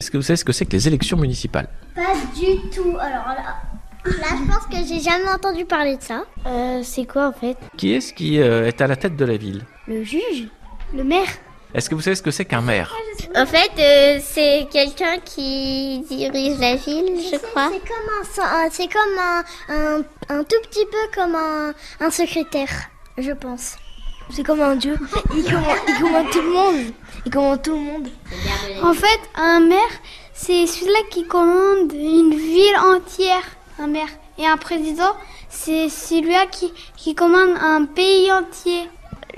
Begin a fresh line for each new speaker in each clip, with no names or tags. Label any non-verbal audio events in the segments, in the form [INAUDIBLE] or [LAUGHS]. Est-ce que vous savez ce que c'est que les élections municipales
Pas du tout. Alors là, là je pense que j'ai jamais entendu parler de ça.
Euh, c'est quoi en fait
Qui est-ce qui euh, est à la tête de la ville
Le juge
Le maire
Est-ce que vous savez ce que c'est qu'un maire
En fait, euh, c'est quelqu'un qui dirige la ville, je
C'est
crois.
c'est comme un, so- un- c'est comme un, un, un tout petit peu comme un, un secrétaire, je pense.
C'est comme un [LAUGHS] dieu. Il commande, il commande tout le monde. Il commande tout le monde.
En fait, un maire, c'est celui-là qui commande une ville entière, un maire. Et un président, c'est celui-là qui, qui commande un pays entier.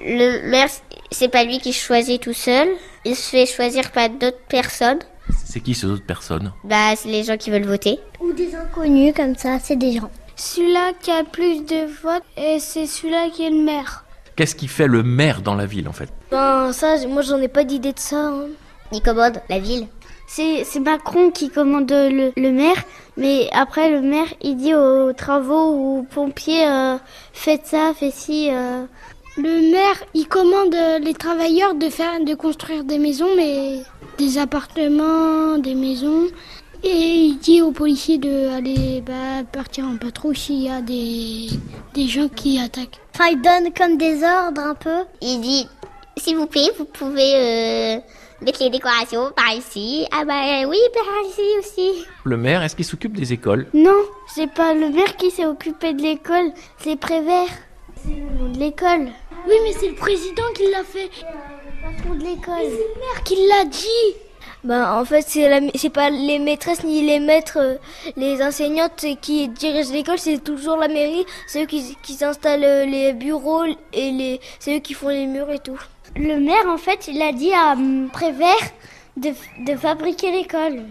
Le maire, c'est pas lui qui choisit tout seul. Il se fait choisir par d'autres personnes.
C'est qui ces autres personnes
Bah, c'est les gens qui veulent voter.
Ou des inconnus comme ça, c'est des gens.
Celui-là qui a plus de votes, et c'est celui-là qui est le maire.
Qu'est-ce qui fait le maire dans la ville en fait
Ben, ça, moi j'en ai pas d'idée de ça. hein. Il commande la ville.
C'est c'est Macron qui commande le, le maire, mais après le maire, il dit aux travaux ou aux pompiers, euh, faites ça, faites ci. euh.
Le maire, il commande euh, les travailleurs de faire, de construire des maisons, mais des appartements, des maisons. Et il dit aux policiers de aller bah, partir en patrouille s'il y a des, des gens qui attaquent.
Enfin, ils donnent comme des ordres un peu.
Il dit, s'il vous plaît, vous pouvez euh, mettre les décorations par ici. Ah bah oui, par ici aussi.
Le maire, est-ce qu'il s'occupe des écoles
Non, c'est pas le maire qui s'est occupé de l'école, c'est Prévert. C'est le nom de l'école. Euh,
Oui, mais c'est le président qui l'a fait.
de l'école.
Le maire qui l'a dit.
Ben, en fait, c'est la- c'est pas les maîtresses ni les maîtres, euh, les enseignantes qui dirigent l'école, c'est toujours la mairie, c'est eux qui, qui installent euh, les bureaux et les, c'est eux qui font les murs et tout.
hum,
Le maire, en fait, il a dit à Prévert de fabriquer l'école.